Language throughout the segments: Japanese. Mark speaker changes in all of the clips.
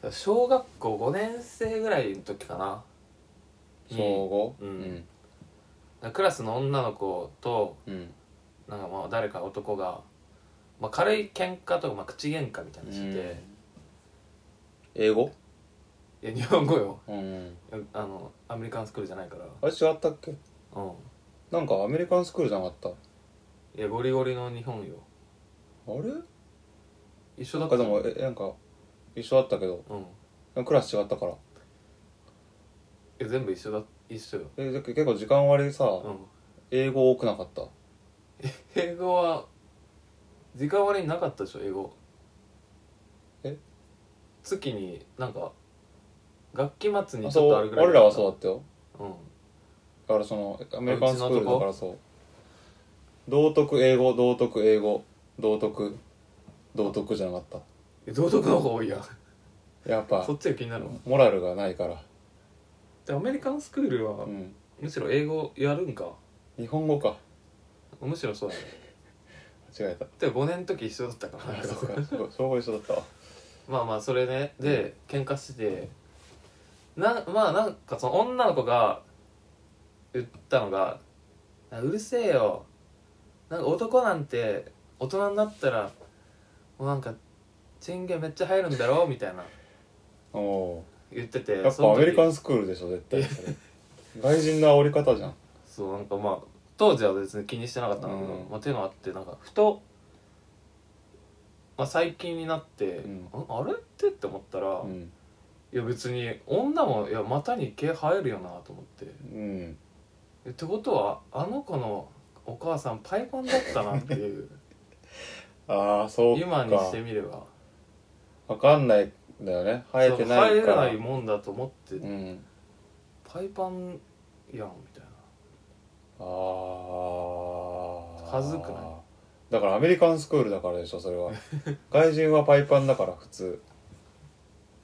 Speaker 1: から小学校5年生ぐらいの時かなに
Speaker 2: 小5
Speaker 1: う
Speaker 2: うんん
Speaker 1: なんかクラスの女の子と
Speaker 2: うん
Speaker 1: なんかまあ誰か男が、まあ、軽い喧嘩とか、まあ、口喧嘩みたいなのして、
Speaker 2: うん英語
Speaker 1: いや日本語よ
Speaker 2: うん
Speaker 1: あのアメリカンスクールじゃないから
Speaker 2: あれ違ったっけ
Speaker 1: うん
Speaker 2: なんかアメリカンスクールじゃなかったあ
Speaker 1: いやゴリゴリの日本よ
Speaker 2: れ
Speaker 1: 一緒だ
Speaker 2: なん
Speaker 1: った
Speaker 2: かで
Speaker 1: の
Speaker 2: もえなんか一緒だったけど
Speaker 1: うんい
Speaker 2: クラス違ったから
Speaker 1: や全部一緒だ一緒よ
Speaker 2: えだけ結構時間割りさ、
Speaker 1: うん
Speaker 2: 英語多くなかった
Speaker 1: 英語は時間割になかったでしょ英語
Speaker 2: え
Speaker 1: 月になんか学期末に
Speaker 2: あ
Speaker 1: ちょっ
Speaker 2: そ
Speaker 1: とある
Speaker 2: う
Speaker 1: ぐらい
Speaker 2: 俺らはそうだったよ
Speaker 1: ううん
Speaker 2: だからそのアメリカンスクールだからそう道徳英語道徳英語道徳道徳じゃなかっ
Speaker 1: え道徳の方が多いやん
Speaker 2: たやっぱ
Speaker 1: そっちが気になるわ
Speaker 2: モラルがないから
Speaker 1: でアメリカンスクールは
Speaker 2: うん
Speaker 1: むしろ英語やるんか
Speaker 2: 日本語か
Speaker 1: むしろそうだね
Speaker 2: 間違えた
Speaker 1: で5年の時一緒だったから
Speaker 2: あそっかそう小五一緒だったわ
Speaker 1: まあまあそれねで喧嘩しててなまあなんかその女の子が言ったのが「あうるせえよなんか男なんて大人になったらもうなんかチンゲめっちゃ入るんだろ」みたいな
Speaker 2: おお
Speaker 1: 言ってて
Speaker 2: ーやっぱアメリカ
Speaker 1: ン
Speaker 2: ンスクールでしょ絶対それ外人の煽り方じゃん
Speaker 1: そうなんかまあ当時は別に気にしてなかったんだけど、
Speaker 2: うん
Speaker 1: まあ、っていうのがあってなんかふと、まあ、最近になって、
Speaker 2: うん
Speaker 1: ああれってって思ったら、
Speaker 2: うん
Speaker 1: いや別に女もいや股に毛生えるよなと思って
Speaker 2: うん
Speaker 1: えってことはあの子のお母さんパイパンだったなっていう
Speaker 2: ああ そうか
Speaker 1: 今にしてみれば
Speaker 2: わかんないんだよね生えてな
Speaker 1: そう
Speaker 2: い
Speaker 1: 生え
Speaker 2: から
Speaker 1: ないもんだと思って、
Speaker 2: うん
Speaker 1: パイパンやんみたいな
Speaker 2: ああ
Speaker 1: 恥ずくない
Speaker 2: だからアメリカンスクールだからでしょそ れは外人はパイパンだから普通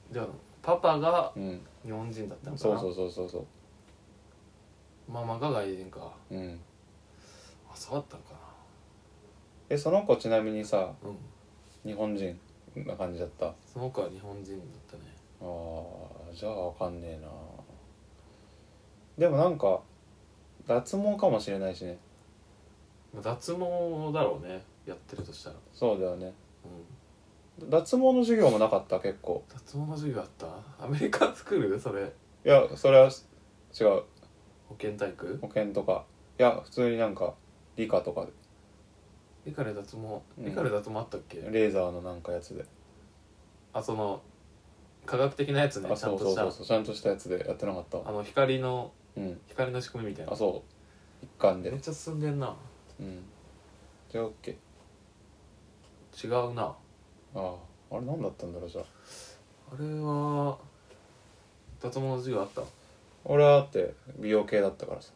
Speaker 1: じゃあパパが
Speaker 2: うん
Speaker 1: 日本人だったのか
Speaker 2: そ
Speaker 1: な
Speaker 2: うそうそうそうそ
Speaker 1: ママが外人か
Speaker 2: ううん
Speaker 1: あそうだったのか
Speaker 2: えその子ちなみにさ
Speaker 1: なうん
Speaker 2: 日本人な感じだったあ
Speaker 1: その子は日本人だったね
Speaker 2: あーじゃあわかんねえなでもなんか脱毛かもしれないしね
Speaker 1: まあ脱毛だろうねやってるとしたら
Speaker 2: そうだよね
Speaker 1: うん
Speaker 2: 脱毛の授業もなかった結構
Speaker 1: 脱毛の授業あったアメリカンスクールでそれ
Speaker 2: いやそれは違う
Speaker 1: 保健体育
Speaker 2: 保険とかいや普通になんか理科とかで
Speaker 1: 理科で脱毛
Speaker 2: うん
Speaker 1: 理科で脱毛あったっけ、
Speaker 2: レーザーのなんかやつで
Speaker 1: あその科学的なやつね
Speaker 2: あ
Speaker 1: ちゃ
Speaker 2: そ
Speaker 1: ん
Speaker 2: う
Speaker 1: と
Speaker 2: そう
Speaker 1: し
Speaker 2: そう
Speaker 1: た
Speaker 2: そうちゃんとしたやつでやってなかった
Speaker 1: あの光の
Speaker 2: うん
Speaker 1: 光の仕組みみたいな
Speaker 2: あそう一貫
Speaker 1: めっ
Speaker 2: で
Speaker 1: ちゃ進んでんな
Speaker 2: うんじゃあ OK
Speaker 1: 違うな
Speaker 2: あああれ何だったんだろうじゃあ
Speaker 1: あれは脱毛の授業あった
Speaker 2: 俺はだって美容系だったからさ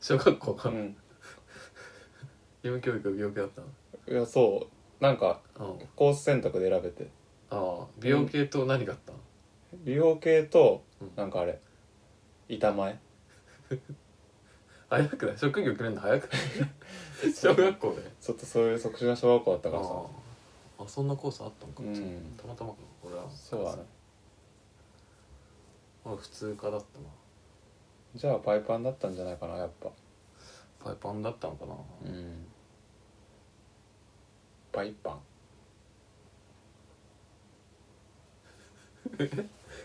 Speaker 1: 小学校か
Speaker 2: う
Speaker 1: 義務
Speaker 2: ん
Speaker 1: 教育は美容系だった
Speaker 2: いやそうなんか
Speaker 1: の
Speaker 2: コース選択で選べて
Speaker 1: ああ美容系と何があったの
Speaker 2: 美容系と
Speaker 1: うん
Speaker 2: なんかあれ板前
Speaker 1: 早くない職業決めるの早くない 小学校で
Speaker 2: ちょっとそういう特殊な小学校だったからさ
Speaker 1: あああそんなコースあったのか、
Speaker 2: うん
Speaker 1: たまたまか俺は
Speaker 2: そうだね
Speaker 1: あ普通科だったな
Speaker 2: じゃあパイパンだったんじゃないかなやっぱ
Speaker 1: パイパンだったのかな、
Speaker 2: うんパイパン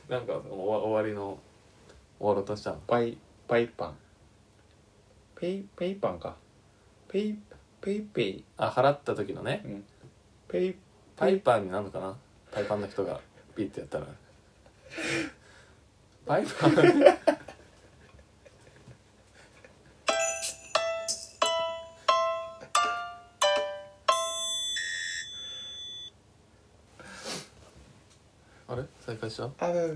Speaker 1: なんかおわ終わりの終わろうとしたの
Speaker 2: パイパイパンペイペイパンかペイペイペイ
Speaker 1: あ払った時のね
Speaker 2: うんペイ
Speaker 1: パイパンになるのかなパイパンの人がピッてやったらパイパンあれ再開した
Speaker 2: あぶ